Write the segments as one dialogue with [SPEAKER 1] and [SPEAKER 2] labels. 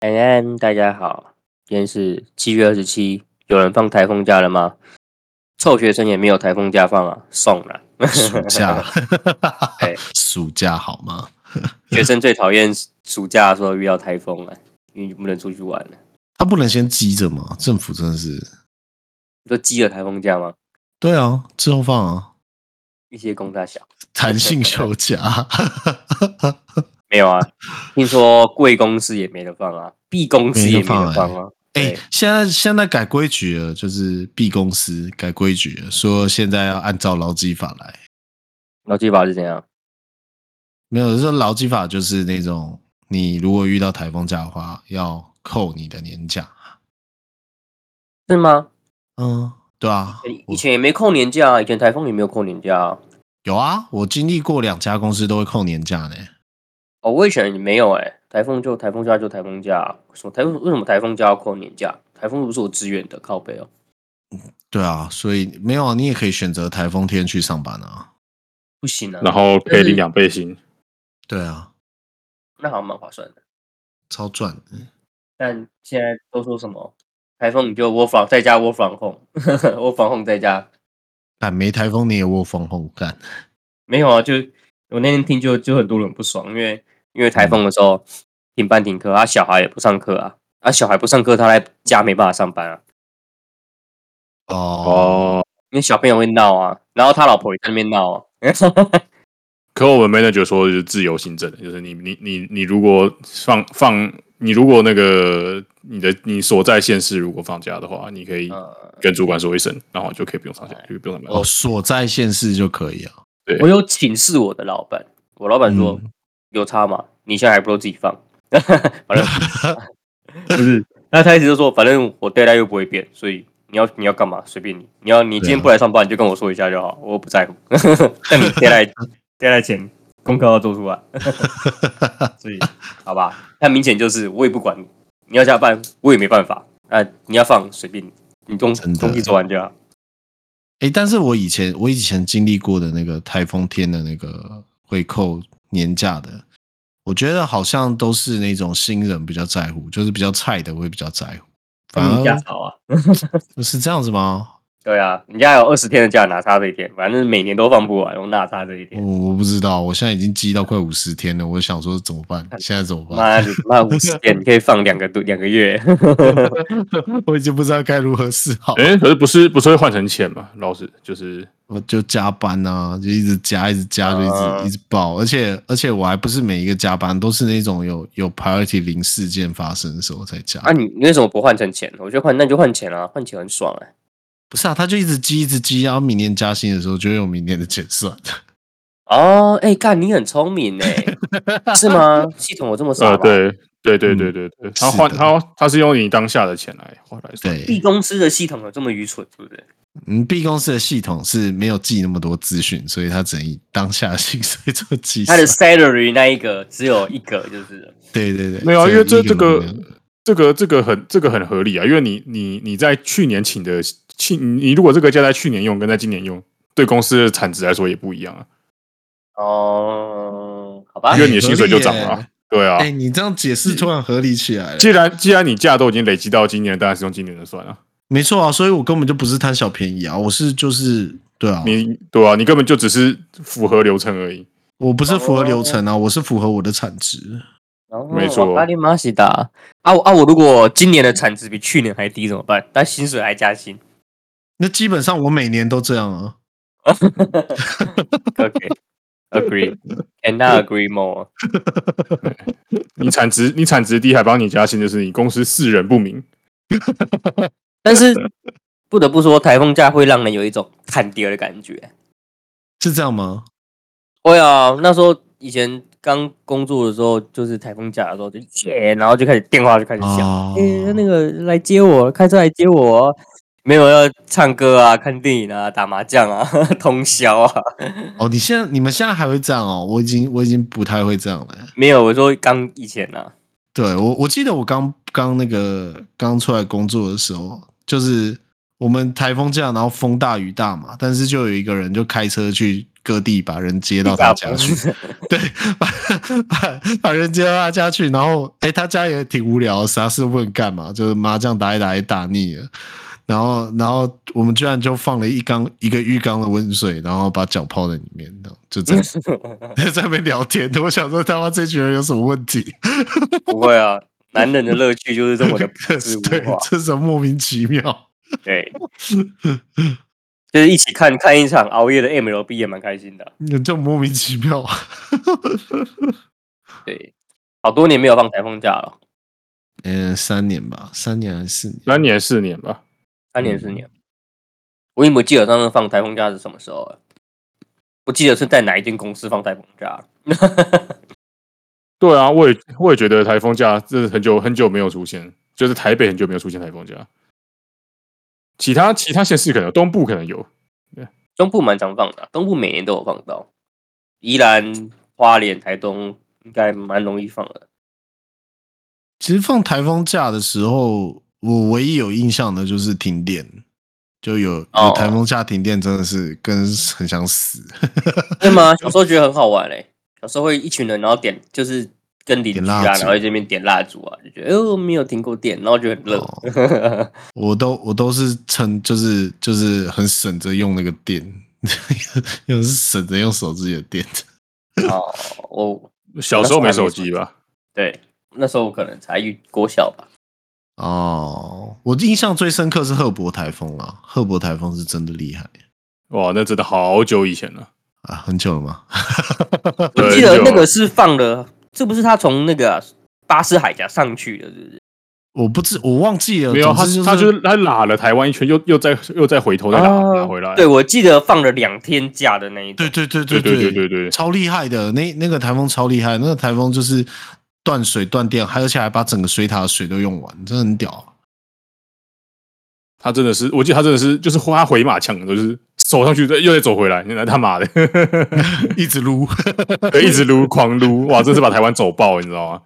[SPEAKER 1] 安安，大家好，今天是七月二十七，有人放台风假了吗？臭学生也没有台风假放啊，送了。
[SPEAKER 2] 暑 假
[SPEAKER 1] 哎，
[SPEAKER 2] 暑假好吗？
[SPEAKER 1] 学生最讨厌暑假的时候遇到台风了、因为不能出去玩了。
[SPEAKER 2] 他不能先积着吗？政府真的是，
[SPEAKER 1] 你说积了台风假吗？
[SPEAKER 2] 对啊，之后放啊，
[SPEAKER 1] 一些公大小
[SPEAKER 2] 弹性休 假，哎
[SPEAKER 1] 没有啊？听说贵公司也没得放啊，B 公司也没得
[SPEAKER 2] 没
[SPEAKER 1] 放
[SPEAKER 2] 得
[SPEAKER 1] 啊。
[SPEAKER 2] 哎、
[SPEAKER 1] 对
[SPEAKER 2] 现在现在改规矩了，就是 B 公司改规矩了，说现在要按照劳基法来。
[SPEAKER 1] 劳基法是怎样？
[SPEAKER 2] 没有，说劳基法就是那种你如果遇到台风假的话，要扣你的年假。
[SPEAKER 1] 是吗？
[SPEAKER 2] 嗯，对啊，
[SPEAKER 1] 以前也没扣年假啊，以前台风也没有扣年假啊。
[SPEAKER 2] 有啊，我经历过两家公司都会扣年假呢。
[SPEAKER 1] 哦，我以前没有哎、台风就台风假就台风假啊，什么台风为什么台风假要扣年假？台风又不是我自愿的，靠背哦。
[SPEAKER 2] 对啊，所以没有啊，你也可以选择台风天去上班啊。
[SPEAKER 1] 不行啊。
[SPEAKER 3] 然后可以领两倍薪，
[SPEAKER 2] 对啊，
[SPEAKER 1] 那好像蛮划算的。
[SPEAKER 2] 超赚的。
[SPEAKER 1] 但现在都说什么台风你就窝房在家窝房 控，窝房控在家
[SPEAKER 2] 干没台风你也窝风后干，
[SPEAKER 1] 没有啊？就我那天听就就很多人不爽，因为因为台风的时候停班停课，啊小孩也不上课啊，啊小孩不上课他在家没办法上班啊，
[SPEAKER 2] 哦，
[SPEAKER 1] 因为小朋友会闹啊，然后他老婆也在那边闹啊。
[SPEAKER 3] 可我们 manager 说的就是自由行政，就是你你你你如果放放你如果那个你的你所在县市如果放假的话，你可以
[SPEAKER 1] 呃
[SPEAKER 3] 跟主管说一声，然后就可以不用上假，就不用上班。
[SPEAKER 2] 嗯哦，所在县市就可以啊。
[SPEAKER 3] 对
[SPEAKER 1] 我有请示我的老板，我老板说、
[SPEAKER 2] 嗯
[SPEAKER 1] 有差嘛，你现在还不如自己放， 反正 不是。那他一直就说，反正我对待又不会变，所以你要你要干嘛随便你，你要你今天不来上班你就跟我说一下就好，我不在乎。 但你对待对待前功课要做出来， 所以好吧，他明显就是我也不管你，你要加班我也没办法，啊、你要放随便你，你东
[SPEAKER 2] 真的
[SPEAKER 1] 东西做完就好。
[SPEAKER 2] 诶，但是我以前我以前经历过的那个台风天的那个回扣年假的，我觉得好像都是那种新人比较在乎，就是比较菜的会比较在乎。反
[SPEAKER 1] 你假
[SPEAKER 2] 而
[SPEAKER 1] 好啊。
[SPEAKER 2] 是这样子吗？
[SPEAKER 1] 对啊，人家有二十天的假，哪差这一天？反正每年都放不完，我哪差这一
[SPEAKER 2] 我
[SPEAKER 1] 天？
[SPEAKER 2] 我不知道，我现在已经积到快五十天了，我想说怎么 办？现在怎么办？
[SPEAKER 1] 妈的，妈五十天，你可以放两个多两 个月。
[SPEAKER 2] 我已经不知道该如何是好。
[SPEAKER 3] 哎，可是不是不是会换成钱嘛？老师就是
[SPEAKER 2] 我就加班啊，就一直加，一直加，就一直、
[SPEAKER 1] 啊
[SPEAKER 3] 嗯
[SPEAKER 2] 一直爆，而且而且我还不是每一个加班都是那种有有 priority 零事件发生的时候才加，
[SPEAKER 1] 啊，你你为什么不换成钱？我觉得换那你就换钱啊，换钱很爽哎、
[SPEAKER 2] 不是啊，他就一直积一直积，然后明年加薪的时候就会有明年的结算，
[SPEAKER 1] 哦，哎、干，你很聪明哎、是吗？系统有这么傻
[SPEAKER 3] 呃
[SPEAKER 1] 吗？
[SPEAKER 3] 对对对对对对，他换
[SPEAKER 2] 嗯是的
[SPEAKER 3] 他他是用你当下的钱来换来算。
[SPEAKER 1] ，B
[SPEAKER 2] 对，
[SPEAKER 1] 公司的系统有这么愚蠢，是不是？
[SPEAKER 2] 嗯，B 公司的系统是没有记那么多资讯，所以他只能以当下的薪水做计
[SPEAKER 1] 他
[SPEAKER 2] 算
[SPEAKER 1] 的，salary 那一个只有一个，就是
[SPEAKER 2] 对对对，
[SPEAKER 3] 没有啊，
[SPEAKER 2] 所以
[SPEAKER 3] 因为这
[SPEAKER 2] 一
[SPEAKER 3] 这
[SPEAKER 2] 都
[SPEAKER 3] 个
[SPEAKER 2] 没有
[SPEAKER 3] 这个这个很这个很合理啊，因为你你你在去年请的去你如果这个假在去年用跟在今年用，对公司的产值来说也不一样啊，
[SPEAKER 1] 哦，好吧
[SPEAKER 3] 因，为你的薪水就涨了啊、
[SPEAKER 2] 合理耶
[SPEAKER 3] 对啊
[SPEAKER 2] 哎、，你这样解释突然合理起来了
[SPEAKER 3] 既，然既然你假都已经累积到今年，当然是用今年的算啊。
[SPEAKER 2] 没错啊，所以我根本就不是贪小便宜啊，我是就是对啊，
[SPEAKER 3] 你对啊，你根本就只是符合流程而已。
[SPEAKER 2] 我不是符合流程啊，我是符合我的产值。
[SPEAKER 1] 哦
[SPEAKER 3] 没错
[SPEAKER 1] 阿里马西达啊我啊！我如果今年的产值比去年还低怎么办？但薪水还加薪。
[SPEAKER 2] 那基本上我每年都这样啊。
[SPEAKER 1] Okay. Agree. Cannot agree more.
[SPEAKER 3] 你产值你产值低还帮你加薪，就是你公司世人不明。
[SPEAKER 1] 但是不得不说，台风假会让人有一种看跌的感觉。
[SPEAKER 2] 是这样吗？
[SPEAKER 1] 会啊，那时候以前刚工作的时候，就是台风假的时候，就耶，然后就开始电话就开始响，
[SPEAKER 2] 哦
[SPEAKER 1] 哎、那个来接我，开车来接我哦，没有要唱歌啊、看电影啊、打麻将啊、 通宵啊，
[SPEAKER 2] 哦，你现在你们现在还会这样哦？我已经我已经不太会这样了。
[SPEAKER 1] 没有，我说刚以前啊，
[SPEAKER 2] 对我我记得我刚刚那个刚出来工作的时候，就是我们台风假，然后风大雨大嘛，但是就有一个人就开车去各地把人接到他家去，对， 把把把人接到他家去，然后哎、他家也挺无聊的，啥事问干嘛，就是麻将打一打也打腻了。然后，然后我们居然就放了一缸一个浴缸的温水，然后把脚泡在里面，然后就这样在 那边聊天。我想说，他妈这群人有什么问题？
[SPEAKER 1] 不会啊，男人的乐趣就是这么的朴 质
[SPEAKER 2] 对
[SPEAKER 1] 无华，，
[SPEAKER 2] 这是莫名其妙。
[SPEAKER 1] 对，就是一起看看一场熬夜的 MLB 也蛮开心的啊，
[SPEAKER 2] 就莫名其妙，
[SPEAKER 1] 对，好多年没有放台风假了，
[SPEAKER 2] 嗯、三年吧，三年还是四年？
[SPEAKER 3] 三年四年吧，
[SPEAKER 1] 三年四
[SPEAKER 2] 嗯
[SPEAKER 1] 年，我也没记得上次放台风假是什么时候了。我记得是在哪一间公司放台风假了，
[SPEAKER 3] 对啊，我也我也觉得台风假真的很久很久没有出现，就是台北很久没有出现台风假。其他其他县市可能有，东部可能有，
[SPEAKER 1] 中部蛮常放的啊、东部每年都有放到，宜兰、花莲、台东应该蛮容易放 的。
[SPEAKER 2] 其实放台风假的时候，我唯一有印象的就是停电，就有有
[SPEAKER 1] 哦
[SPEAKER 2] 台风假停电，真的是跟很想死。
[SPEAKER 1] 对吗？小时候觉得很好玩嘞、小时候会一群人，然后点就是跟邻居啊，
[SPEAKER 2] 点蜡烛
[SPEAKER 1] 然后在这边点蜡烛啊，就觉得哦没有停过电，然后就很热。
[SPEAKER 2] 哦我都我都是趁就是就是很省着用那个电， 又是省着用手机的电。
[SPEAKER 1] 哦，我
[SPEAKER 3] 小时候没手机吧？
[SPEAKER 1] 对那时候我可能才国小吧，
[SPEAKER 2] 哦，我印象最深刻是赫伯台风啊，赫伯台风是真的厉害
[SPEAKER 3] 哇，那真的好久以前了。
[SPEAKER 2] 啊，很久了吗？
[SPEAKER 1] 我
[SPEAKER 3] 对
[SPEAKER 1] 记得
[SPEAKER 3] 就
[SPEAKER 1] 那个是放了，这不是他从那个啊、巴士海峡上去的，是不是？
[SPEAKER 2] 我不知我忘记了，
[SPEAKER 3] 没有他
[SPEAKER 2] 总之，
[SPEAKER 3] 他
[SPEAKER 2] 就
[SPEAKER 3] 就是是他拉了台湾一圈，又又再又再回头再拉
[SPEAKER 1] 啊
[SPEAKER 3] 拉回来。
[SPEAKER 1] 对，我记得放了两天假的那一
[SPEAKER 2] 对
[SPEAKER 1] 种，
[SPEAKER 2] 对对对
[SPEAKER 3] 对对对对对
[SPEAKER 2] 超厉害的，那那个台风超厉害，那个台风就是断水断电，还而且还把整个水塔的水都用完，真的很屌啊、
[SPEAKER 3] 他真的是，我记得他真的是，就是花回马枪，就是走上去再又再走回来，你来他妈的，
[SPEAKER 2] 一直撸，
[SPEAKER 3] 对一直撸狂撸，哇，真是把台湾走爆，你知道吗？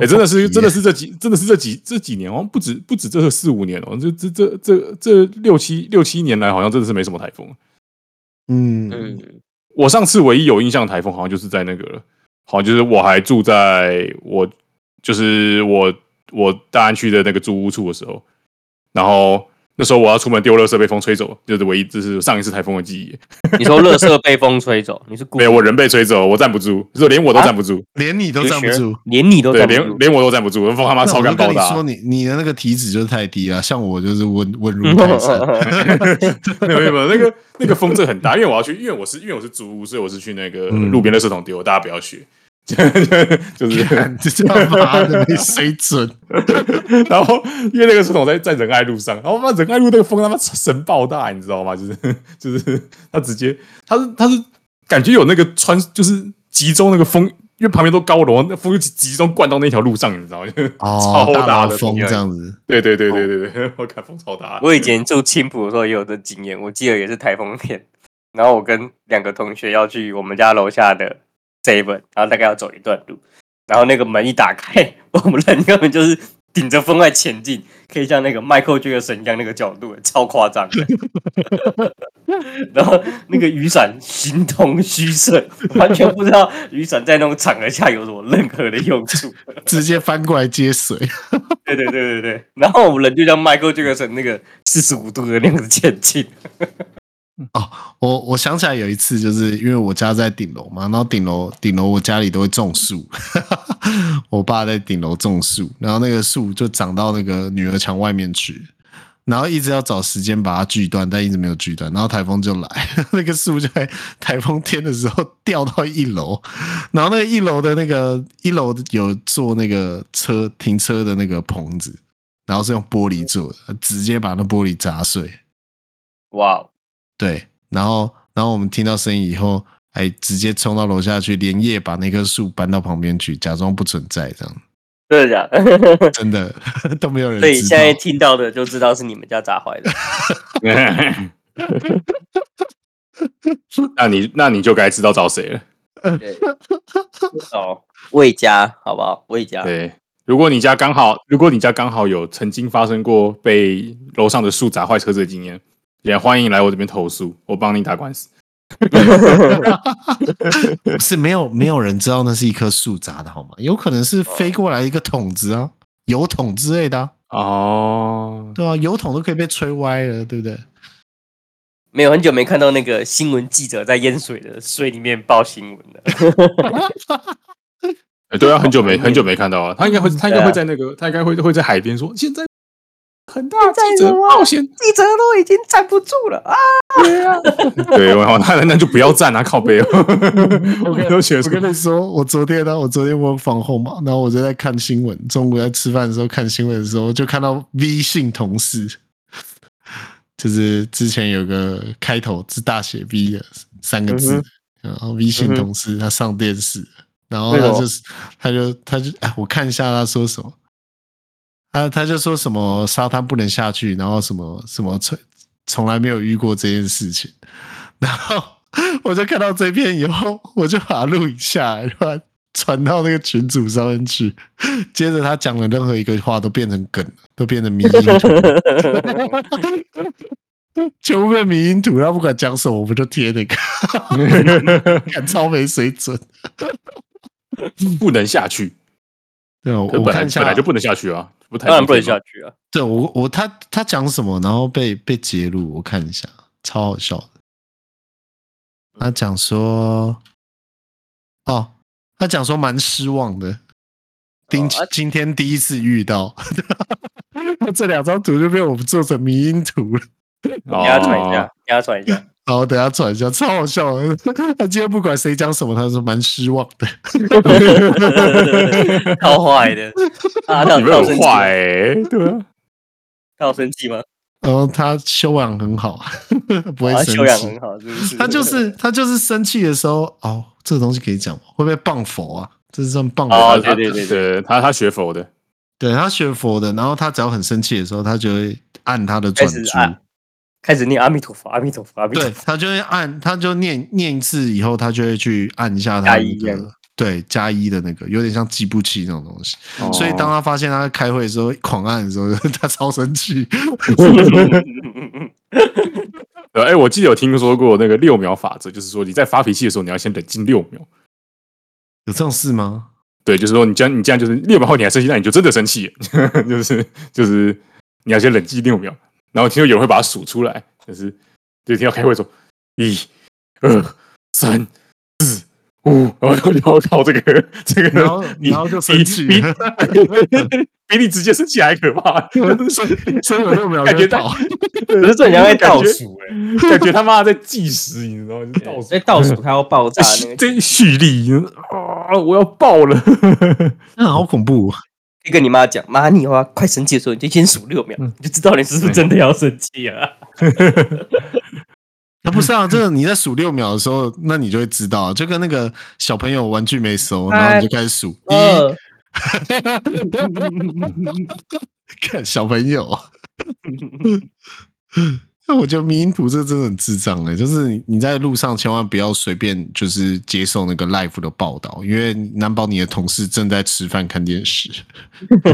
[SPEAKER 3] 哎、真的是，真的是这几，真的是这几这几年，好像不止不止这四五年哦，这这这这这六七六七年来，好像真的是没什么台风。
[SPEAKER 2] 嗯嗯
[SPEAKER 1] 嗯，
[SPEAKER 3] 我上次唯一有印象的台风，好像就是在那个了，好像就是我还住在我就是我我大安区的那个租屋处的时候，然后那时候我要出门丢垃圾被风吹走，就是唯一这是上一次台风的记忆。
[SPEAKER 1] 你说乐色被风吹走，你是故意
[SPEAKER 3] 没有，我人被吹走，我站不住，就是连我都站不住，
[SPEAKER 2] 连你都
[SPEAKER 1] 你是
[SPEAKER 2] 啊站不
[SPEAKER 1] 学
[SPEAKER 2] 住。
[SPEAKER 1] 连你都
[SPEAKER 3] 对，
[SPEAKER 1] 站不
[SPEAKER 3] 连
[SPEAKER 1] 住，
[SPEAKER 3] 连我都站不住，风他妈
[SPEAKER 2] 那
[SPEAKER 3] 超
[SPEAKER 2] 我就跟
[SPEAKER 3] 敢暴
[SPEAKER 2] 你
[SPEAKER 3] 打
[SPEAKER 2] 说，。你你的那个体脂就是太低了，像我就是温温 如泰 山。
[SPEAKER 3] 没有没有，没有那个那个风真的很大，因为我要去，因为我是因为我是租屋，所以我是去那个
[SPEAKER 2] 嗯
[SPEAKER 3] 路边的垃圾桶丢，大家不要学，就是
[SPEAKER 2] 干这他妈的没水准！
[SPEAKER 3] 然后因为那个水桶在在仁爱路上，然后妈仁爱路那个风他妈神爆大，你知道吗？就是就是他直接 他是他是感觉有那个穿就是集中那个风，因为旁边都高楼，那风就集中灌到那条路上，你知道吗？就是
[SPEAKER 2] 哦
[SPEAKER 3] 超，
[SPEAKER 2] 大
[SPEAKER 3] 大
[SPEAKER 2] 麻
[SPEAKER 3] 的啊
[SPEAKER 2] 风这样子，
[SPEAKER 3] 对对对对对对，我看风超大的。
[SPEAKER 1] 我以前住青浦的时候也有这经验，我记得也是台风天，然后我跟两个同学要去我们家楼下的 seven，然后大概要走一段路，然后那个门一打开， 我们人根本就是顶着风在前进，可以像那个 Michael Jackson 一样那个角度，超夸张的。然后那个雨伞形同虚设，完全不知道雨伞在那种场合下有什么任何的用处。
[SPEAKER 2] 直接翻过来接水。
[SPEAKER 1] 对对对对对，然后我们人就像 Michael Jackson 那个四十五度的那样子前进。
[SPEAKER 2] 我我想起来有一次，就是因为我家在顶楼嘛，然后顶楼顶楼我家里都会种树， 我爸在顶楼种树，然后那个树就长到那个女儿墙外面去，然后一直要找时间把它锯断，但一直没有锯断，然后台风就来， 那个树就在台风天的时候掉到一楼，然后那个一楼的那个一楼有做那个车停车的那个棚子，然后是用玻璃做的，直接把那玻璃砸碎。
[SPEAKER 1] 哇哦，
[SPEAKER 2] 对，然后然后我们听到声音以后，还直接冲到楼下去，连夜把那棵树搬到旁边去，假装不存在，这样
[SPEAKER 1] 真的假的？
[SPEAKER 2] 真的 都没有人
[SPEAKER 1] 所以
[SPEAKER 2] 知道
[SPEAKER 1] 现。在听到的就知道是你们家砸坏的。
[SPEAKER 3] 那你那你就该知道找谁了。
[SPEAKER 1] 对，哦，魏家好不好？魏家，
[SPEAKER 3] 对，如果你家刚好，如果你家刚好有曾经发生过被楼上的树砸坏车子的经验，也欢迎来我这边投诉，我帮你打官司。
[SPEAKER 2] 不是没有没有人知道那是一棵树砸的好吗？有可能是飞过来一个桶子啊，油桶之类的、啊，
[SPEAKER 3] 哦，
[SPEAKER 2] 对啊，油桶都可以被吹歪了，对不对？
[SPEAKER 1] 没有很久没看到那个新闻记者在淹水的水里面报新闻了。
[SPEAKER 3] 哎对啊，很久没很久没看到了，他应该会他应该会在那个他应该会会在海边说现在。很大记者
[SPEAKER 1] 啊
[SPEAKER 3] 冒险，
[SPEAKER 1] 记者都已经站不住了啊！
[SPEAKER 3] 对，我那那就不要站啊，靠背哦。我
[SPEAKER 2] 跟
[SPEAKER 3] 都觉
[SPEAKER 2] 我跟
[SPEAKER 3] 得
[SPEAKER 2] 你说，我昨天呢，我昨天 work from home 嘛，然后我就在看新闻，中午在吃饭的时候看新闻的时候，就看到 V 姓同事，就是之前有个开头是大写 V 的三个字，然后 V 姓同事他上电视，然后他就是他就他就哎，我看一下他说什么。他他就说什么沙滩不能下去，然后什么什么从从来没有遇过这件事情，然后我就看到这篇以后，我就把它录影下来，把它传到那个群组上面去。接着他讲的任何一个话都变成梗了，都变成迷因图， 全部变迷因图。他不管讲什么，我们就贴那个， 看超没水准。
[SPEAKER 3] 不能下去，
[SPEAKER 2] 对，啊我
[SPEAKER 3] 可
[SPEAKER 2] 我
[SPEAKER 3] 本
[SPEAKER 2] 看
[SPEAKER 3] 来
[SPEAKER 2] 一下
[SPEAKER 3] 本来就不能下去啊，不太
[SPEAKER 1] 当然不能下去啊！
[SPEAKER 2] 对我我他他讲什么，然后被被揭露，我看一下，超好笑的。他讲说，哦，他讲说蛮失望的，今、
[SPEAKER 1] 啊
[SPEAKER 2] 今天第一次遇到， 那这两张图就被我们做成迷因图了。
[SPEAKER 3] 哦
[SPEAKER 1] 给他传一下，给他传一下。
[SPEAKER 2] 好，我等一下转一下，超好笑的。 他今天不管谁讲什么，他说蛮失望的。
[SPEAKER 1] 超坏的啊！他
[SPEAKER 3] 你们
[SPEAKER 1] 有
[SPEAKER 3] 很坏、欸，对啊，
[SPEAKER 1] 他有生气吗？
[SPEAKER 2] 然后他修养很好， 不会
[SPEAKER 1] 啊，
[SPEAKER 2] 生
[SPEAKER 1] 修养
[SPEAKER 2] 气。
[SPEAKER 1] 很好，是不是？
[SPEAKER 2] 他就是他就是生气的时候，哦，这个东西可以讲吗？会不会谤佛啊？这是算谤佛。
[SPEAKER 1] 哦
[SPEAKER 3] 他
[SPEAKER 1] 对对对
[SPEAKER 3] 对，他他学佛的，
[SPEAKER 2] 对他学佛的，然后他只要很生气的时候，他就会按他的
[SPEAKER 1] 开
[SPEAKER 2] 转
[SPEAKER 1] 始
[SPEAKER 2] 珠，
[SPEAKER 1] 按， 开始念阿弥陀佛，阿弥陀佛，阿弥陀
[SPEAKER 2] 对
[SPEAKER 1] 佛。
[SPEAKER 2] 他就会按，他就念念一次以后，他就会去按一下他
[SPEAKER 1] 加
[SPEAKER 2] 那
[SPEAKER 1] 一
[SPEAKER 2] 个
[SPEAKER 1] 这样
[SPEAKER 2] 对加一的那个，有点像计步器那种东西。所以当
[SPEAKER 3] 哦
[SPEAKER 2] 他发现他在开会的时候狂按的时候，他超生气。
[SPEAKER 3] 呃，哎、我记得有听说过那个六秒法则，就是说你在发脾气的时候，你要先冷静六秒。
[SPEAKER 2] 有这种事吗？
[SPEAKER 3] 对，就是说你这样，你这样就是六秒后你还生气，那你就真的生气了， 就是就是你要先冷静六秒，然后听说有人会把它数出来，就是就听到开会说一、二、三、四、五，然后就要靠这个这个，
[SPEAKER 2] 然后
[SPEAKER 3] 你
[SPEAKER 2] 然后就生气
[SPEAKER 3] 比比 比你直接生气还 可怕，
[SPEAKER 2] 所以所以有六秒
[SPEAKER 3] 感
[SPEAKER 2] 就
[SPEAKER 3] 觉
[SPEAKER 2] 会
[SPEAKER 3] 到
[SPEAKER 2] 倒。
[SPEAKER 1] 可是这人家在倒数
[SPEAKER 3] 感觉他妈在计时，你知道吗？就是倒
[SPEAKER 1] 哎，
[SPEAKER 3] 数
[SPEAKER 1] 在倒数哎他要爆炸那
[SPEAKER 3] 这
[SPEAKER 1] 个，
[SPEAKER 3] 这蓄力啊！我要爆了！
[SPEAKER 2] 那好恐怖哦、
[SPEAKER 1] 可以跟你妈讲，妈，你以后要啊快生气的时候，你就先数六秒，你就知道你是不是真的要生气 啊。
[SPEAKER 2] 那不是啊，这个你在数六秒的时候，那你就会知道，就跟那个小朋友玩具没收，然后你就开始数一，
[SPEAKER 1] 二，
[SPEAKER 2] 看小朋友。 那我觉得迷因图这真的很智障哎、就是你你在路上千万不要随便就是接受那个 live 的报道，因为难保你的同事正在吃饭看电视。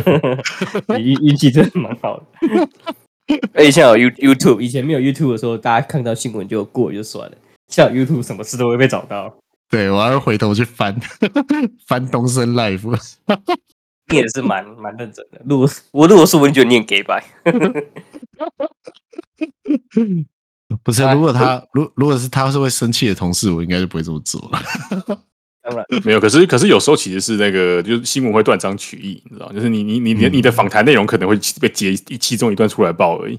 [SPEAKER 1] 呃运运气真的蛮好的。 而且现哎在有 You YouTube，以前没有 YouTube 的时候，大家看到新闻就过就算了。像 YouTube 什么事都会被找到，
[SPEAKER 2] 对我还会回头去翻 翻东升 live，
[SPEAKER 1] 你也是蛮蛮认真的。如果我如果是我，你就念给白。
[SPEAKER 2] 不是？如果他如如果是他是会生气的同事，我应该就不会这么做了。
[SPEAKER 1] 当然，
[SPEAKER 3] 没有，可是可是有时候其实是那个，就是新闻会断章取义，你知道，就是你你你你
[SPEAKER 2] 嗯
[SPEAKER 3] 你的访谈内容可能会被截一其中一段出来爆而已。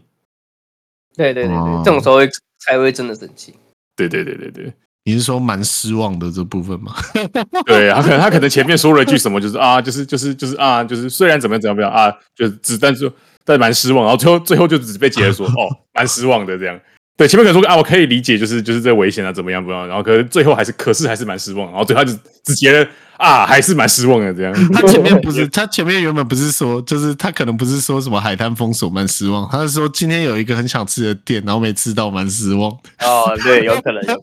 [SPEAKER 1] 对对对对
[SPEAKER 2] 哦，
[SPEAKER 1] 这种时候会才会真的生气。
[SPEAKER 3] 对对对对对，
[SPEAKER 2] 你是说蛮失望的这部分吗？
[SPEAKER 3] 对他可能他可能前面说了一句什么，就是啊，就是就是就是啊，就是虽然怎么样怎么样啊，就是只但是但蛮失望，然后最后最后就只被截了说哦，蛮失望的这样。对，前面可能说啊，我可以理解，就是就是这危险啊，怎么样怎么样，然后可是最后还是，可是还是蛮失望，然后最后他就直接啊，还是蛮失望的这样。
[SPEAKER 2] 他前面不是，他前面原本不是说，就是他可能不是说什么海滩封锁蛮失望，他是说今天有一个很想吃的店，然后没吃到蛮失望，
[SPEAKER 1] 哦，对，有可能有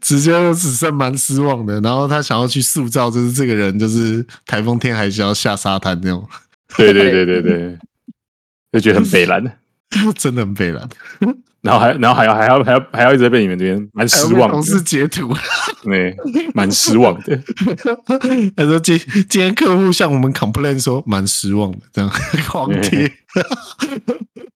[SPEAKER 2] 直接就只剩蛮失望的。然后他想要去塑造，就是这个人就是台风天还想要下沙滩那种，
[SPEAKER 3] 对对对对对，就觉得很北蓝，
[SPEAKER 2] 真的很悲惨，
[SPEAKER 3] 然后还然后还要还要还要还要一直在被你们这边蛮失
[SPEAKER 2] 还有
[SPEAKER 3] 望
[SPEAKER 2] 被同
[SPEAKER 3] 的
[SPEAKER 2] 事，截图，
[SPEAKER 3] 对，蛮失望的。
[SPEAKER 2] 他说今今天客户向我们 complain 说蛮失望的，这样 狂贴。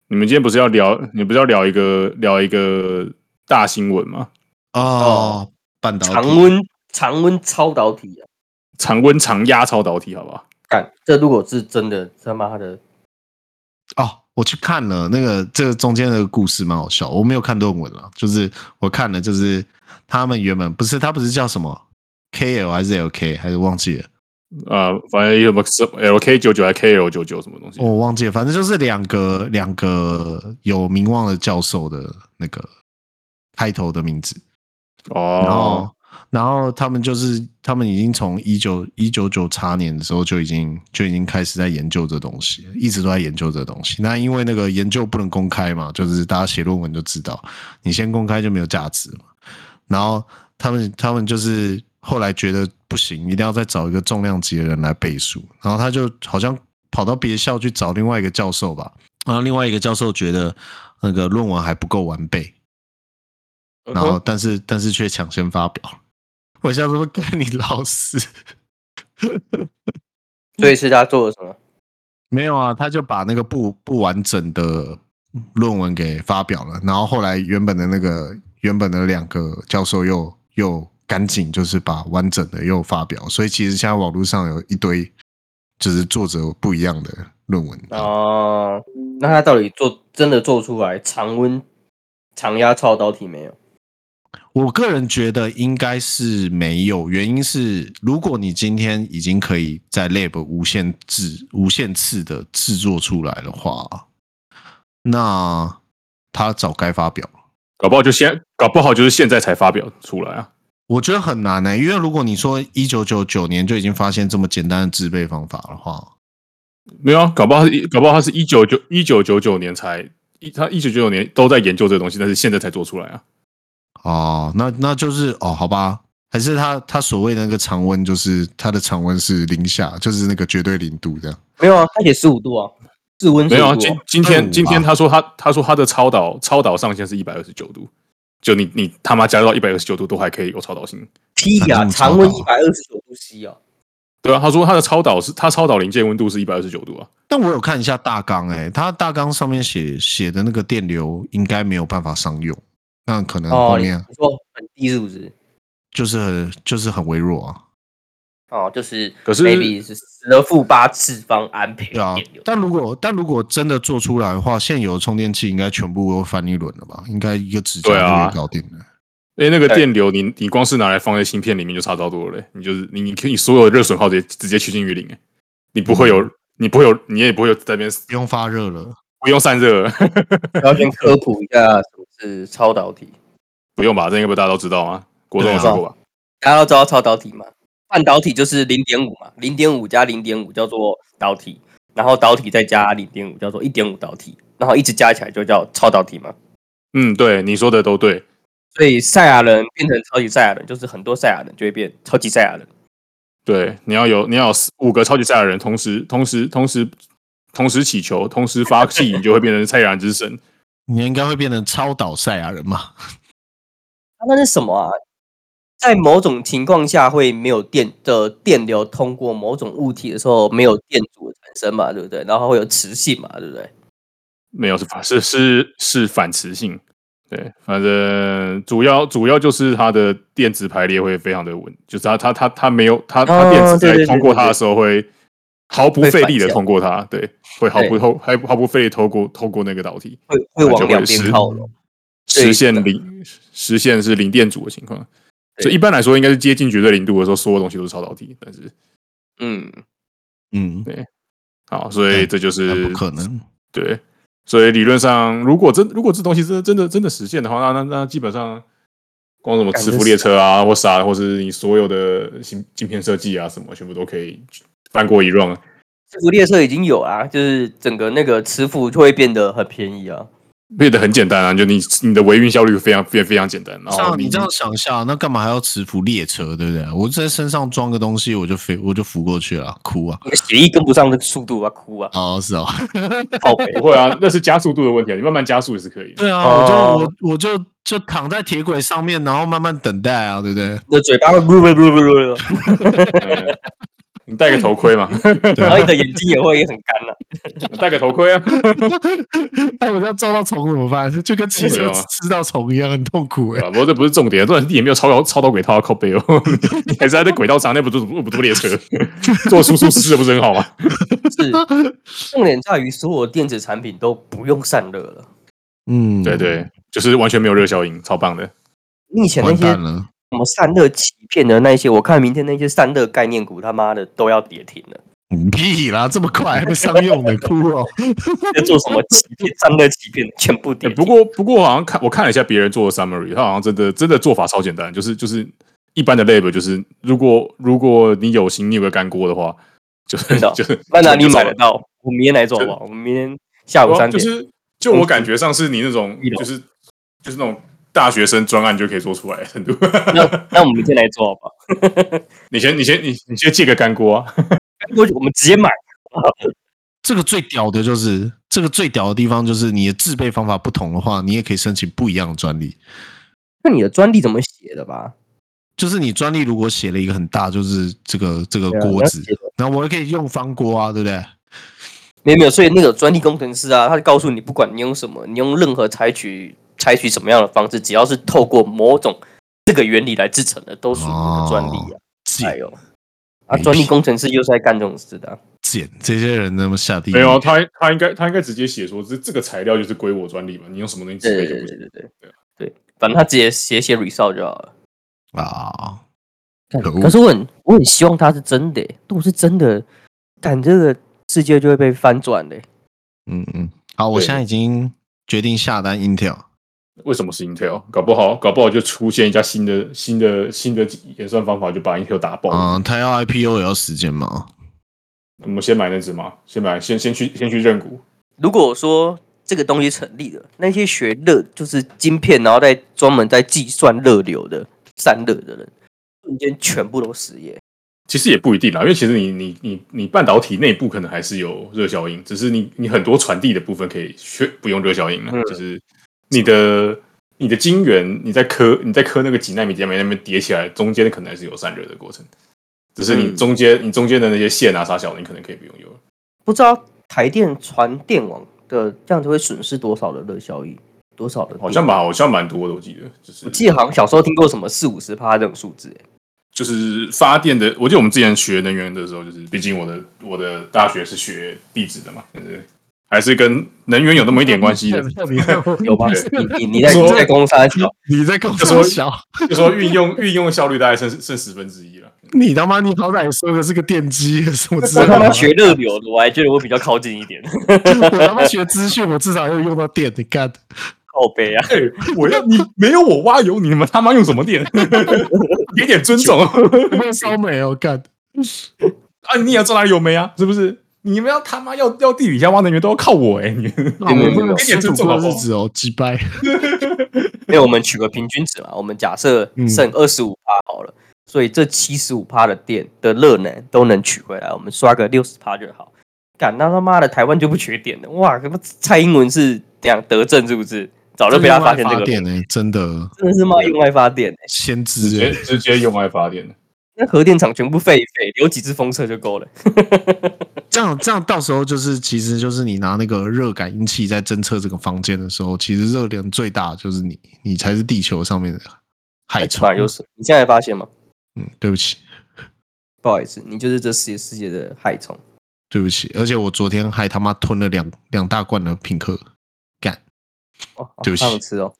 [SPEAKER 3] 你们今天不是要聊，你不是要聊一个聊一个大新闻吗？
[SPEAKER 2] 哦，半导体
[SPEAKER 1] 常温常温超导体啊！
[SPEAKER 3] 常温常压超导体，好不好？
[SPEAKER 1] 干，这如果是真的，他妈的，
[SPEAKER 2] 哦，我去看了那个这个中间的故事蛮好笑，我没有看论文了，就是我看了，就是他们原本不是他不是叫什么 KL 还是 LK 还是忘记了，
[SPEAKER 3] 啊，反正有什么什 LK 九九还 KL 九九什么东西？
[SPEAKER 2] 我忘记了，反正就是两个两个有名望的教授的那个开头的名字，然
[SPEAKER 3] 哦
[SPEAKER 2] 后，然后他们就是他们已经从一九一九九叉年的时候就已经就已经开始在研究这东西了，一直都在研究这东西。那因为那个研究不能公开嘛，就是大家写论文就知道，你先公开就没有价值嘛。然后他们他们就是后来觉得不行，一定要再找一个重量级的人来背书，然后他就好像跑到别校去找另外一个教授吧，然后另外一个教授觉得那个论文还不够完备，
[SPEAKER 3] 嗯
[SPEAKER 2] 然后但是但是却抢先发表。我想说跟你老师
[SPEAKER 1] 所以是他做了什么？
[SPEAKER 2] 没有啊，他就把那个不不完整的论文给发表了，然后后来原本的那个原本的两个教授又又赶紧就是把完整的又发表，所以其实现在网络上有一堆就是作者不一样的论文。
[SPEAKER 1] 哦，那他到底做真的做出来常温常压超导体没有？
[SPEAKER 2] 我个人觉得应该是没有，原因是如果你今天已经可以在 Lab 无限制、无限次的制作出来的话，那他早该发表了。
[SPEAKER 3] 搞不好就现，搞不好就是现在才发表出来啊。
[SPEAKER 2] 我觉得很难欸呢、因为如果你说一九九九年就已经发现这么简单的制备方法的话，
[SPEAKER 3] 没有啊，搞不好是搞不好他是一九九一九九九年才一，他一九九九年都在研究这个东西，但是现在才做出来啊。
[SPEAKER 2] 哦，那那就是哦，好吧，还是他他所谓的那个常温，就是他的常温是零下，就是那个绝对零度这样。
[SPEAKER 1] 没有啊，他写十五度啊，室温
[SPEAKER 3] 没有啊，
[SPEAKER 1] 15度
[SPEAKER 3] 今
[SPEAKER 2] 25
[SPEAKER 3] 今
[SPEAKER 1] 啊
[SPEAKER 2] 吧
[SPEAKER 3] 天今天他说他他说他的超导超导上限是一百二十九度，就你你他妈加到一百二十九度都还可以有超导性。
[SPEAKER 1] 屁
[SPEAKER 2] 哪
[SPEAKER 1] 呀、
[SPEAKER 2] 那么
[SPEAKER 1] 常温
[SPEAKER 2] 超
[SPEAKER 1] 一百二十九度 C 啊，
[SPEAKER 3] 对啊，他说他的超导是他超导临界温度是一百二十九度啊。
[SPEAKER 2] 但我有看一下大纲，哎，它大纲上面写写的那个电流应该没有办法商用，那可能嗯后
[SPEAKER 1] 哦，你
[SPEAKER 2] 面啊
[SPEAKER 1] 你说很低是不是？
[SPEAKER 2] 就是很就是很微弱啊，
[SPEAKER 1] 哦，就是
[SPEAKER 3] 可是
[SPEAKER 1] maybe 是十的负八次方安培
[SPEAKER 2] 对啊
[SPEAKER 1] 电流。。
[SPEAKER 2] 但如果但如果真的做出来的话，现有的充电器应该全部都翻一轮了吧？应该一个指甲
[SPEAKER 3] 对啊
[SPEAKER 2] 就可以搞定了。
[SPEAKER 3] 哎，那个
[SPEAKER 1] 对
[SPEAKER 3] 电流你，你光是拿来放在芯片里面就差超多了嘞。你就是你你你所有的热损耗直接直接趋近于零，哎，你不会有、
[SPEAKER 2] 嗯
[SPEAKER 3] 你不会有你也不会有在那边
[SPEAKER 2] 不用发热了，
[SPEAKER 3] 不用散热，
[SPEAKER 1] 要先科普一下什么是超导体，
[SPEAKER 3] 不用吧？这应该不大家都知道吗？国中有
[SPEAKER 2] 对啊
[SPEAKER 3] 学过吧？
[SPEAKER 1] 大家都知道超导体嘛？半导体就是零点五嘛，零点五加零点五叫做导体，然后导体再加零点五叫做一点五导体，然后一直加起来就叫超导体嘛。
[SPEAKER 3] 嗯，对，你说的都对。
[SPEAKER 1] 所以赛亚人变成超级赛亚人，就是很多赛亚人就会变超级赛亚人。
[SPEAKER 3] 对，你要有你要有四五个超级赛亚人同时同时同时同时祈求，同时发气，你就会变成赛亚人之神。
[SPEAKER 2] 你应该会变成超导赛亚人嘛？
[SPEAKER 1] 啊那是什么啊？在某种情况下会没有电的电流通过某种物体的时候，没有电阻的产生嘛，对不对？然后会有磁性嘛，对不对？
[SPEAKER 3] 没有是反是是是反磁性。对，反正主要主要就是它的电子排列会非常的稳，就是它它它它没有它它
[SPEAKER 1] 哦
[SPEAKER 3] 电子
[SPEAKER 1] 对
[SPEAKER 3] 在
[SPEAKER 1] 对
[SPEAKER 3] 通
[SPEAKER 1] 对
[SPEAKER 3] 过
[SPEAKER 1] 对
[SPEAKER 3] 它的
[SPEAKER 1] 对
[SPEAKER 3] 时候会毫不
[SPEAKER 1] 会
[SPEAKER 3] 费
[SPEAKER 1] 反
[SPEAKER 3] 力的
[SPEAKER 1] 向
[SPEAKER 3] 通过它，对，会毫不透还毫不费力透过透过那个导体，
[SPEAKER 1] 会会
[SPEAKER 3] 就
[SPEAKER 1] 往
[SPEAKER 3] 会
[SPEAKER 1] 两边
[SPEAKER 3] 失
[SPEAKER 1] 靠拢。对
[SPEAKER 3] 实现
[SPEAKER 1] 的
[SPEAKER 3] 零实现是零电阻的情况。
[SPEAKER 1] 对
[SPEAKER 3] 所以一般来说应该是接近绝对零度的时候，所有东西都是超导体，但是
[SPEAKER 1] 嗯，
[SPEAKER 2] 嗯，
[SPEAKER 3] 好，所以
[SPEAKER 2] 对
[SPEAKER 3] 这就
[SPEAKER 2] 那
[SPEAKER 3] 是
[SPEAKER 2] 不可能。
[SPEAKER 3] 对，所以理论上，如果真如果这东西真的真的真的实现的话，那那那基本上光什么
[SPEAKER 1] 感觉
[SPEAKER 3] 磁浮列车啊，或啥，或是你所有的芯镜片设计啊什么，全部都可以翻过一 round 啊。
[SPEAKER 1] 磁浮列车已经有啊，就是整个那个磁浮就会变得很便宜啊。
[SPEAKER 3] 变得很简单啊，就你你的维运效率非常非常非常简单。然后
[SPEAKER 2] 像你这样想一下，那干嘛还要磁浮列车，对不对？我在身上装个东西，我就飞，我就浮过去了，哭啊！
[SPEAKER 1] 你的血液跟不上这个速度啊，哭 啊！
[SPEAKER 2] 哦，是哦，
[SPEAKER 1] 靠北
[SPEAKER 3] 不会啊，那是加速度的问题啊，你慢慢加速也是可以的。
[SPEAKER 2] 对啊，
[SPEAKER 1] 哦
[SPEAKER 2] 我就我我就就躺在铁轨上面，然后慢慢等待啊，对不对？
[SPEAKER 1] 你的嘴巴会 噜噜噜噜噜，
[SPEAKER 3] 嗯你戴个头盔嘛，
[SPEAKER 1] 然后你的眼睛也会很干了、啊
[SPEAKER 3] 戴个头盔啊。
[SPEAKER 2] 哎，我要撞到虫怎么办？ 就跟骑
[SPEAKER 3] 对
[SPEAKER 2] 车
[SPEAKER 3] 啊
[SPEAKER 2] 吃到虫一样，很痛苦哎、
[SPEAKER 3] 啊，不过这不是重点，重点是你也没有超到超到轨道啊靠背哦， 你还是在那轨道上，那不是不不列车， 做叔叔吃的不是很好吗？啊
[SPEAKER 1] 是，重点在于所有电子产品都不用散热了。
[SPEAKER 2] 嗯，
[SPEAKER 3] 对，对，就是完全没有热效应，超棒的。
[SPEAKER 1] 你以前那
[SPEAKER 2] 完
[SPEAKER 1] 些
[SPEAKER 2] 蛋
[SPEAKER 1] 什
[SPEAKER 2] 了。
[SPEAKER 1] 么散热欺骗的那一些，我看明天那些散热概念股他妈的都要跌停了。
[SPEAKER 2] 你嗯屁啦，这么快还被商用的哭哦！
[SPEAKER 1] 在做什么欺骗？散热欺骗全部跌
[SPEAKER 3] 欸
[SPEAKER 1] 停。
[SPEAKER 3] 不过不过好像看我看了一下别人做的 summary，他好像真的真的做法超简单，就是就是一般的 label 就是如果如果你有心，你有个干锅的话，就是
[SPEAKER 1] 真 的哦
[SPEAKER 3] 就是
[SPEAKER 1] 那哪里
[SPEAKER 3] 就
[SPEAKER 1] 买得到？我明天来做吧，我明天下午
[SPEAKER 3] 哇
[SPEAKER 1] 三
[SPEAKER 3] 就
[SPEAKER 1] 点。嗯
[SPEAKER 3] 是就我感觉上是你那种
[SPEAKER 1] 一楼
[SPEAKER 3] 就是就是那种大学生专案就可以做出来的程度。
[SPEAKER 1] 那那我们明天来做好吧？
[SPEAKER 3] 你先你先你你先借个干锅、
[SPEAKER 1] 嗯
[SPEAKER 3] 啊，
[SPEAKER 1] 我我们直接买，
[SPEAKER 2] 这个最屌的就是这个最屌的地方就是你的制备方法不同的话，你也可以申请不一样的专利。
[SPEAKER 1] 看你的专利怎么写的吧。
[SPEAKER 2] 就是你专利如果写了一个很大，就是这个这个
[SPEAKER 1] 对啊
[SPEAKER 2] 锅子
[SPEAKER 1] 你要写的，
[SPEAKER 2] 然后我也可以用方锅啊，对不对？
[SPEAKER 1] 没有没有，所以那个专利工程师啊，他就告诉你，不管你用什么，你用任何采取采取什么样的方式，只要是透过某种这个原理来制成的，都属于你的专利啊。哎
[SPEAKER 2] 贱
[SPEAKER 1] 呦，啊，
[SPEAKER 2] 没
[SPEAKER 1] 专利
[SPEAKER 2] 屁
[SPEAKER 1] 工程师又是在干这种事的啊、
[SPEAKER 2] 贱，这些人那么下地狱
[SPEAKER 3] 没有啊他他应该他应该直接写说这这个材料就是归我专利嘛，你用什么东西制
[SPEAKER 1] 对
[SPEAKER 3] 备
[SPEAKER 1] 对
[SPEAKER 3] 就
[SPEAKER 1] 对
[SPEAKER 3] 不行。
[SPEAKER 1] 对对对对，反正他直接写写 result 就好了。
[SPEAKER 2] 啊！
[SPEAKER 1] 干
[SPEAKER 2] 可恶
[SPEAKER 1] 可是我很我很希望它是真的欸、如果是真的，干这个世界就会被翻转嘞、
[SPEAKER 2] 嗯嗯，好，我
[SPEAKER 3] 对
[SPEAKER 2] 现在已经决定下单 Intel。
[SPEAKER 3] 为什么是 Intel？搞不好搞不好就出现一家新的新的新的演算方法，就把 Intel 打爆。
[SPEAKER 1] 啊
[SPEAKER 2] 嗯，他要 IPO 也要时间嘛？
[SPEAKER 3] 我们先买那只嘛，先买先先去先去认股。
[SPEAKER 1] 如果说这个东西成立了，那些学热就是晶片，然后再专门在计算热流的散热的人，瞬间全部都失业。
[SPEAKER 3] 其实也不一定啦，因为其实你你你你半导体内部可能还是有热效应，只是你你很多传递的部分可以学不用热效应了，
[SPEAKER 1] 嗯
[SPEAKER 3] 就是你的你的晶圆你在磕你在磕那个几纳米几纳米那边叠起来，中间可能还是有散热的过程，只是你
[SPEAKER 1] 嗯
[SPEAKER 3] 中间、你中间的那些线啊啥小的，你可能可以不用用。
[SPEAKER 1] 不知道台电传电网的这样子会损失多少的热效益，多少的 电？
[SPEAKER 3] 好像蛮好像蛮多的，我记得就是
[SPEAKER 1] 我记得好像小时候听过什么四五十趴这种数 字欸、
[SPEAKER 3] 就是发电的，我记得我们之前学能源的时候，就是毕竟我的我的大学是学地质的嘛，就是还是跟能源有那么一点关系的。
[SPEAKER 1] 有吗？你你你在
[SPEAKER 3] 说
[SPEAKER 1] 你在公山小，
[SPEAKER 2] 你在跟我
[SPEAKER 3] 说
[SPEAKER 2] 说小，
[SPEAKER 3] 就说运用 运用效率大概剩剩十分之一了。
[SPEAKER 2] 你他妈你好歹说的是个电机什么之
[SPEAKER 1] 我
[SPEAKER 2] 类
[SPEAKER 1] 他妈
[SPEAKER 2] 的，
[SPEAKER 1] 学热流的，我还觉得我比较靠近一点，
[SPEAKER 2] 我他妈学资讯，我至少要用到电，你干。
[SPEAKER 1] 靠背啊。
[SPEAKER 3] 哎、我要你没有我挖油，你们他妈用什么电？ 给点尊 重啊！
[SPEAKER 2] 有没有烧煤哦？干，
[SPEAKER 3] 你也要知道哪里有煤啊，是不是？你们要他妈要要地底下挖能源都要靠我哎、你
[SPEAKER 2] 我
[SPEAKER 1] 没有
[SPEAKER 2] 们不能
[SPEAKER 3] 一点
[SPEAKER 2] 吃
[SPEAKER 3] 尊
[SPEAKER 2] 土
[SPEAKER 3] 重好
[SPEAKER 2] 过
[SPEAKER 3] 不好
[SPEAKER 2] 日子哦，击败。
[SPEAKER 1] 因为我们取个平均值嘛，我们假设
[SPEAKER 2] 嗯
[SPEAKER 1] 剩二十五趴好了，所以这七十五趴的电的热能都能取回来，我们刷个六十趴就好。干，那他妈的台湾就不缺电了，哇！他妈蔡英文是怎样得政是不是？早就被他发现这个，
[SPEAKER 2] 电呢，真的
[SPEAKER 1] 真的是妈用爱发电、欸，
[SPEAKER 2] 先
[SPEAKER 3] 直
[SPEAKER 2] 知
[SPEAKER 3] 接
[SPEAKER 2] 欸。
[SPEAKER 3] 直接用来发电的。
[SPEAKER 1] 那核电厂全部废一废，留几只风车就够了。
[SPEAKER 2] 这样这样，到时候就是其实就是你拿那个热感应器在侦测这个房间的时候，其实热量最大的就是你，你才是地球上面的害虫
[SPEAKER 1] 那。哎又是你现在发现吗？
[SPEAKER 2] 嗯，对不起，
[SPEAKER 1] 不好意思，你就是这世界世界的害虫。
[SPEAKER 2] 对不起，而且我昨天还他妈吞了两两大罐的品客。干，
[SPEAKER 1] 哦，好
[SPEAKER 2] 对不起
[SPEAKER 1] 好想吃哦。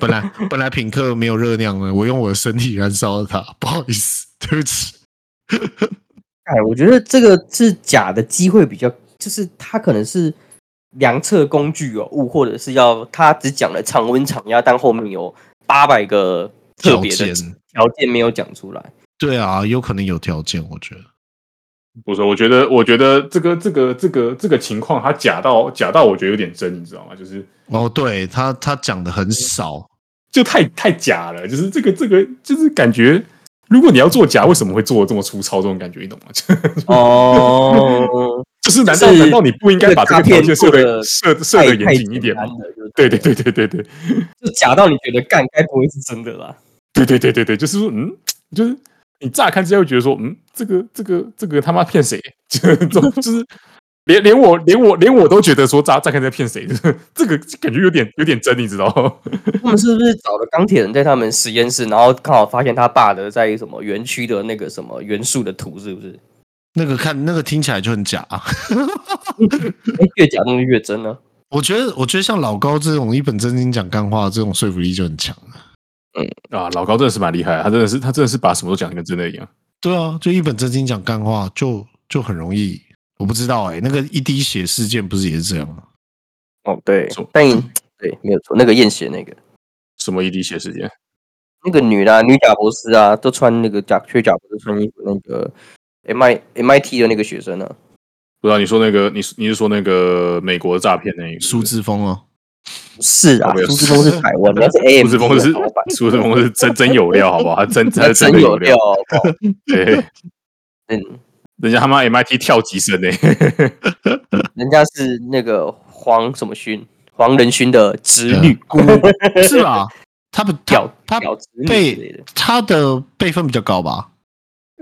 [SPEAKER 2] 本来 本来品客没有热量的，我用我的身体燃烧了它，不好意思，对不起。
[SPEAKER 1] 哎，我觉得这个是假的机会比较，就是它可能是量测工具有误，或者是要他只讲了常温常压，但后面有八百个特
[SPEAKER 2] 条
[SPEAKER 1] 别的
[SPEAKER 2] 件，
[SPEAKER 1] 条件没有讲 出来。
[SPEAKER 2] 对啊，有可能有条件，我觉得。
[SPEAKER 3] 不是，我觉得，我觉得这个这个这个这个情况，它假到假到，我觉得有点真，你知道吗？就是
[SPEAKER 2] 哦，对他他讲的很少，
[SPEAKER 3] 就太太假了，就是这个这个就是感觉，如果你要做假，为什么会做的这么粗糙？这种感觉你懂吗？就
[SPEAKER 1] 哦，
[SPEAKER 3] 就是难道
[SPEAKER 1] 就是
[SPEAKER 3] 难道你不应该把这个条件设
[SPEAKER 1] 这个
[SPEAKER 3] 的设 设
[SPEAKER 1] 太
[SPEAKER 3] 的
[SPEAKER 1] 太
[SPEAKER 3] 严谨
[SPEAKER 1] 简
[SPEAKER 3] 一点吗
[SPEAKER 1] 单？了，就
[SPEAKER 3] 对对对对对对
[SPEAKER 1] 就假到你觉得干，该不会是真的吧？
[SPEAKER 3] 对对对对对，就是说，嗯，就是你乍看之下会觉得说，嗯，这个这个这个他妈骗谁？就是这种就是连连我连我连我都觉得说乍乍看在骗谁，就是这个感觉有点有点真，你知道吗？
[SPEAKER 1] 他们是不是找了钢铁人在他们实验室，然后刚好发现他爸的在什么园区的那个什么元素的图，是不 是？
[SPEAKER 2] 那个看那个听起来就很假、
[SPEAKER 1] 哎、越假东西越真呢、
[SPEAKER 2] 我觉得，我觉得像老高这种一本正经讲干话，这种说服力就很强。
[SPEAKER 3] 啊，老高真的是蛮厉害，他真的是他真的是把什么都讲得跟真的一样。
[SPEAKER 2] 对啊，就一本正经讲干话，就就很容易。我不知道哎、那个一滴血事件不是也是这样吗？
[SPEAKER 1] 哦，对
[SPEAKER 3] 错
[SPEAKER 1] 但对没有错，那个验血那个
[SPEAKER 3] 什么一滴血事件？
[SPEAKER 1] 那个女的、啊、女贾博士啊，都穿那个假缺假博士穿衣服那个 M I M I T 的那个学生呢、啊？
[SPEAKER 3] 不知道你说那个你你是说那个美国诈骗那个
[SPEAKER 2] 苏志峰哦，
[SPEAKER 1] 是啊
[SPEAKER 3] 哦我，没有
[SPEAKER 1] 苏志峰是台 湾，那是 A
[SPEAKER 3] 苏
[SPEAKER 1] M
[SPEAKER 3] 志峰是
[SPEAKER 1] 老板，
[SPEAKER 3] 苏志峰是真真有料，好不好？他 真他
[SPEAKER 1] 那
[SPEAKER 3] 是
[SPEAKER 1] 真
[SPEAKER 3] 的
[SPEAKER 1] 有
[SPEAKER 3] 料
[SPEAKER 1] 料，，好不好
[SPEAKER 3] 对，
[SPEAKER 1] 嗯，
[SPEAKER 3] 人家他妈 MIT 跳级生呢、
[SPEAKER 1] 人家是那个黄什么勋，黄仁勋的
[SPEAKER 3] 嗯
[SPEAKER 1] 侄女，
[SPEAKER 2] 姑是吧？他不
[SPEAKER 1] 表
[SPEAKER 2] 他他
[SPEAKER 1] 表侄女之类
[SPEAKER 2] 辈
[SPEAKER 1] 的，
[SPEAKER 2] 他的辈分比较高吧？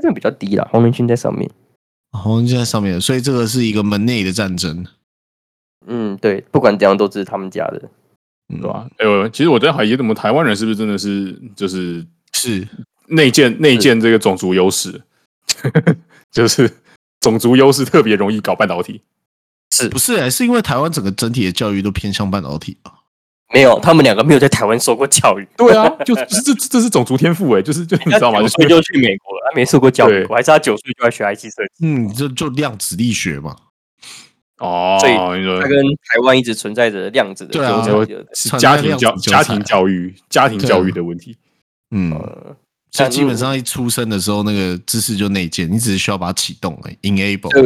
[SPEAKER 1] 这个比较低啦，黄仁勋在上面。
[SPEAKER 2] 红人就在上面，所以这个是一个门内的战争，
[SPEAKER 1] 嗯，对，不管怎样都是他们家的。
[SPEAKER 2] 嗯
[SPEAKER 3] 对？吧？哎、我其实我在怀疑，我们台湾人是不是真的是就是
[SPEAKER 2] 是
[SPEAKER 3] 内建内建这个种族优势， 就是种族优势特别容易搞半导体。
[SPEAKER 1] 是
[SPEAKER 2] 不是、欸？是因为台湾整个整体的教育都偏向半导体啊？
[SPEAKER 1] 没有，他们两个没有在台湾受过教育，
[SPEAKER 3] 对啊，就这这这是种族天赋哎、就是 就你知道吗？
[SPEAKER 1] 他
[SPEAKER 3] 就
[SPEAKER 1] 九
[SPEAKER 3] 是
[SPEAKER 1] 岁就去美国了，他没受过教育
[SPEAKER 3] 对，
[SPEAKER 1] 我还是他九岁就要学 IC 设计，
[SPEAKER 2] 嗯，就就量子力学嘛，
[SPEAKER 3] 哦，
[SPEAKER 1] 所以
[SPEAKER 3] 你说
[SPEAKER 1] 他跟台湾一直存在着量子的纠
[SPEAKER 2] 对啊
[SPEAKER 1] 缠的。
[SPEAKER 3] 是
[SPEAKER 2] 产
[SPEAKER 3] 家
[SPEAKER 2] 业
[SPEAKER 3] 庭
[SPEAKER 2] 量
[SPEAKER 3] 教
[SPEAKER 2] 子纠
[SPEAKER 3] 家
[SPEAKER 2] 缠
[SPEAKER 3] 庭
[SPEAKER 2] 啊
[SPEAKER 3] 教育家庭
[SPEAKER 2] 对啊
[SPEAKER 3] 教育的问题。
[SPEAKER 2] 嗯，
[SPEAKER 1] 呃，
[SPEAKER 2] 所以
[SPEAKER 1] 但
[SPEAKER 2] 基本上一出生的时候，那个知识就内建，你只是需要把它启动而已
[SPEAKER 1] 所以
[SPEAKER 2] ，enable。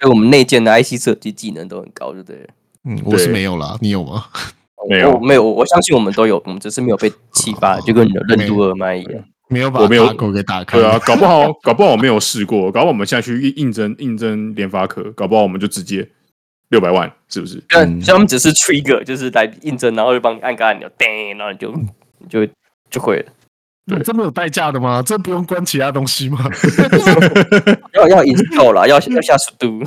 [SPEAKER 1] 所以我们内建的 IC 设计技能都很高，对不对？
[SPEAKER 2] 嗯，我是
[SPEAKER 3] 对
[SPEAKER 2] 没有啦，你有吗？
[SPEAKER 3] 没有
[SPEAKER 1] 我没有，我相信我们都有，我们只是没有被启发，就跟你的任督二脉一样。
[SPEAKER 2] 没有把
[SPEAKER 3] 我没有
[SPEAKER 2] 大狗给打开。
[SPEAKER 3] 对啊，搞不好 搞不好我没有试过，搞不好我们现在去应应征应征联发科，搞不好我们就直接六百万，是不是？
[SPEAKER 1] 但
[SPEAKER 2] 嗯
[SPEAKER 1] 所以他们只是 trigger，就是来印证，然后就帮你按个按钮，叮，然后你就
[SPEAKER 3] 嗯
[SPEAKER 1] 你就就会了。
[SPEAKER 2] 嗯这么有代价的吗？这不用关其他东西吗？
[SPEAKER 3] 嗯
[SPEAKER 1] 要要 install 啦，要要下速 度，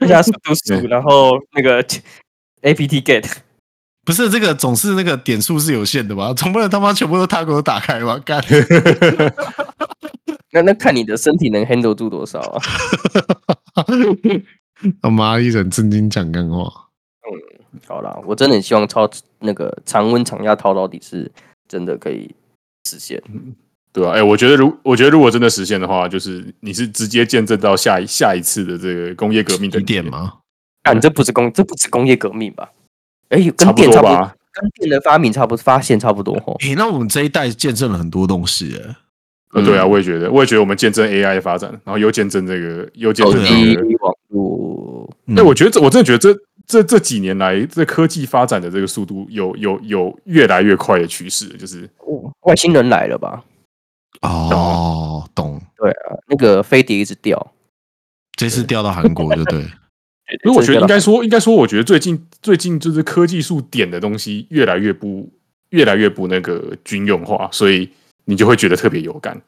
[SPEAKER 1] 要下速度速，
[SPEAKER 3] 对
[SPEAKER 1] 然后那个 apt get，
[SPEAKER 2] 不是这个总是那个点数是有限的吧？总不能他妈全部都大狗都打开吧？ 干，
[SPEAKER 1] 那那看你的身体能 handle 住多少啊？
[SPEAKER 2] 他妈一整正经讲干话。
[SPEAKER 1] 好啦，我真的很希望超那个常温常压套到底是真的可以实现。
[SPEAKER 3] 对啊，哎、我觉得如我觉得如果真的实现的话，就是你是直接见证到下一下一次的这个工业革命的
[SPEAKER 2] 一点？吗？
[SPEAKER 1] 啊，你这不是工，这不止工业革命吧？哎、
[SPEAKER 3] 差
[SPEAKER 1] 跟
[SPEAKER 3] 不
[SPEAKER 1] 电
[SPEAKER 3] 多
[SPEAKER 1] 差不多，
[SPEAKER 3] 吧。
[SPEAKER 1] 跟电的发明差不多，发现差不多吼。
[SPEAKER 2] 诶、那我们这一代见证了很多东西、诶
[SPEAKER 3] 呃，对
[SPEAKER 2] 嗯
[SPEAKER 3] 啊，我也觉得，我也觉得我们见证 AI 的发展，然后又见证这个，又见
[SPEAKER 1] 手
[SPEAKER 3] 证
[SPEAKER 1] 机
[SPEAKER 3] 这个。
[SPEAKER 1] 网络，
[SPEAKER 2] 哦啊嗯
[SPEAKER 3] 哎、我觉得这我真的觉得这这这几年来，这科技发展的这个速度有有有越来越快的趋势，就是
[SPEAKER 1] 哦外星人来了吧？
[SPEAKER 2] 哦，懂，
[SPEAKER 1] 啊那个飞碟一直掉，
[SPEAKER 2] 这次调到韩国就对，
[SPEAKER 3] 所以我觉得应
[SPEAKER 1] 这个
[SPEAKER 3] 该说，应该说，我觉得最近最近就是科技树点的东西越来越不越来越不那个军用化，所以你就会觉得特别有感。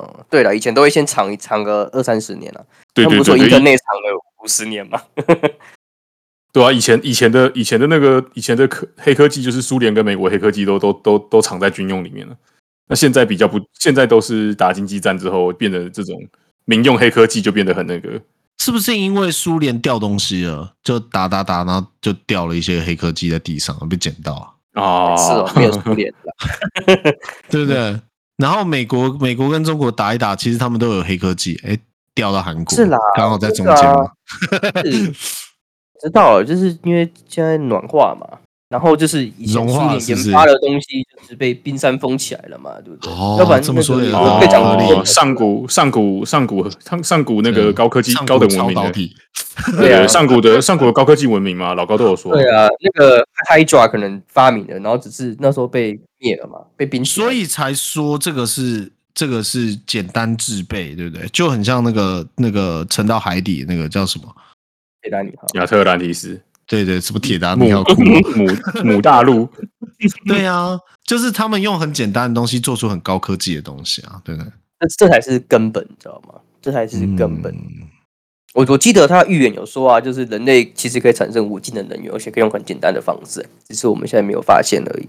[SPEAKER 1] 嗯，对了，以前都会先藏藏个二三十年了、啊，
[SPEAKER 3] 对
[SPEAKER 1] 他
[SPEAKER 3] 对
[SPEAKER 1] 们不说
[SPEAKER 3] 对
[SPEAKER 1] 一个
[SPEAKER 3] 对，
[SPEAKER 1] 内藏了五十年嘛？
[SPEAKER 3] 对啊，以前以前的以前的那个以前的科黑科技，就是苏联跟美国黑科技都都都都藏在军用里面了。那现在比较不，现在都是打经济战之后，变得这种民用黑科技就变得很那个。
[SPEAKER 2] 是不是因为苏联掉东西了，就打打打，然后就掉了一些黑科技在地上，被捡到啊，
[SPEAKER 3] 啊，
[SPEAKER 1] 是哦，没有苏联了，
[SPEAKER 2] 对不对？然后美国美国跟中国打一打，其实他们都有黑科技，诶、掉到韩国，
[SPEAKER 1] 是啦
[SPEAKER 2] 刚好在中
[SPEAKER 1] 对
[SPEAKER 2] 间
[SPEAKER 1] 啊
[SPEAKER 2] 嘛，
[SPEAKER 1] 是 知道了，就是因为现在暖化嘛，然后就是以前
[SPEAKER 2] 融
[SPEAKER 1] 苏
[SPEAKER 2] 化
[SPEAKER 1] 联
[SPEAKER 2] 是不是
[SPEAKER 1] 研发的东西就是被冰山封起来了嘛，对不对？
[SPEAKER 2] 哦
[SPEAKER 1] 要不然
[SPEAKER 2] 这么说也
[SPEAKER 1] 也
[SPEAKER 2] 合
[SPEAKER 1] 被
[SPEAKER 2] 理
[SPEAKER 1] 讲
[SPEAKER 2] 合理
[SPEAKER 3] 哦，上古上古上古上上古那个高科
[SPEAKER 1] 啊
[SPEAKER 3] 技
[SPEAKER 2] 上古
[SPEAKER 3] 高等文
[SPEAKER 2] 超
[SPEAKER 3] 明
[SPEAKER 2] 导
[SPEAKER 3] 的，
[SPEAKER 2] 体，
[SPEAKER 1] 对啊
[SPEAKER 3] 上古的上古的高科技文明嘛，老高都有说，
[SPEAKER 1] 对啊，那个 Hydra 可能发明了，然后只是那时候被灭了嘛，被冰起来
[SPEAKER 2] 所以才说这个是这个是简单制备，对不对？就很像那个那个沉到海底那个叫什么？
[SPEAKER 1] 铁达尼号。
[SPEAKER 3] 亚特兰蒂斯
[SPEAKER 2] 对对，什么铁达
[SPEAKER 3] 母
[SPEAKER 2] 尼号窟窿？
[SPEAKER 3] 母母大陆，
[SPEAKER 2] 对啊，就是他们用很简单的东西做出很高科技的东西啊，对不对？
[SPEAKER 1] 这这才是根本，你知道吗？这才是根本。
[SPEAKER 2] 嗯
[SPEAKER 1] 我我记得他预言有说啊，就是人类其实可以产生无尽的能源，而且可以用很简单的方式，只是我们现在没有发现而已。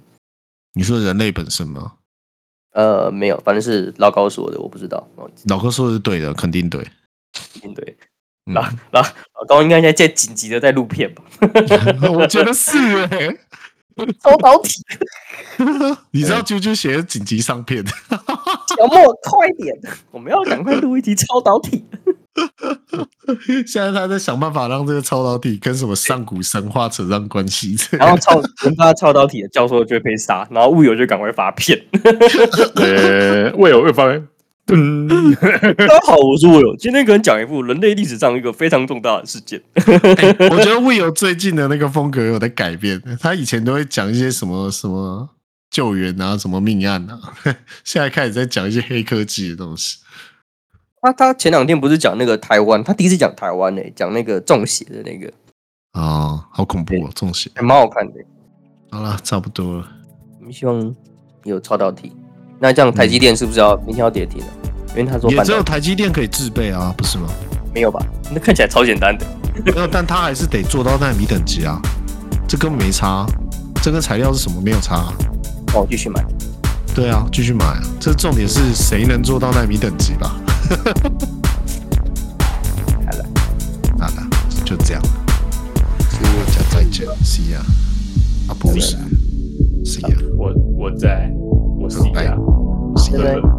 [SPEAKER 2] 你说人类本身吗？
[SPEAKER 1] 呃，没有，反正是老高说的，我不知道。哦，
[SPEAKER 2] 老哥说的是对的，肯定对。
[SPEAKER 1] 对，
[SPEAKER 2] 嗯
[SPEAKER 1] 老老老高应该现在紧急的在录片吧？
[SPEAKER 2] 我觉得是哎、
[SPEAKER 1] 超导体，
[SPEAKER 2] 你知道啾啾写的紧急上片，
[SPEAKER 1] 小莫，快点，我们要赶快录一集超导体。
[SPEAKER 2] 现在他在想办法让这个超导体跟什么上古神话扯上关系。
[SPEAKER 1] 然后超研发超导体的教授就会被杀，然后物友就赶快发片。
[SPEAKER 3] 呃，未有未发现，嗯，
[SPEAKER 1] 大家好，我是物友，今天跟讲一部人类历史上一个非常重大的事件。
[SPEAKER 2] 欸我觉得 Will 最近的那个风格有在改变，他以前都会讲一些什么什么救援啊、什么命案啊，现在开始在讲一些黑科技的东西。
[SPEAKER 1] 他他前两天不是讲那个台湾，他第一次讲台湾呢、欸讲那个中邪的那个，
[SPEAKER 2] 哦，好恐怖哦，中邪。
[SPEAKER 1] 还蛮好看的、
[SPEAKER 2] 好啦，差不多了。
[SPEAKER 1] 我们希望有超导体。那这样台积电是不是要、明天要跌停了？因为他说
[SPEAKER 2] 也
[SPEAKER 1] 半
[SPEAKER 2] 只
[SPEAKER 1] 导
[SPEAKER 2] 有
[SPEAKER 1] 体
[SPEAKER 2] 台积电可以制备啊，不是吗？
[SPEAKER 1] 没有吧？那看起来超简单的。
[SPEAKER 2] 没有，但他还是得做到纳米等级啊，这根本没差啊、这跟材料是什么没有差啊、
[SPEAKER 1] 那我继续买。
[SPEAKER 2] 对啊，继续买啊。这重点是谁能做到纳米等级吧？
[SPEAKER 1] 好了，
[SPEAKER 2] 好了，就这样了。大家再见，See ya。啊，不是，See ya。
[SPEAKER 3] 我我在，我是
[SPEAKER 2] 拜
[SPEAKER 3] 呀。
[SPEAKER 2] See ya
[SPEAKER 1] 拜拜。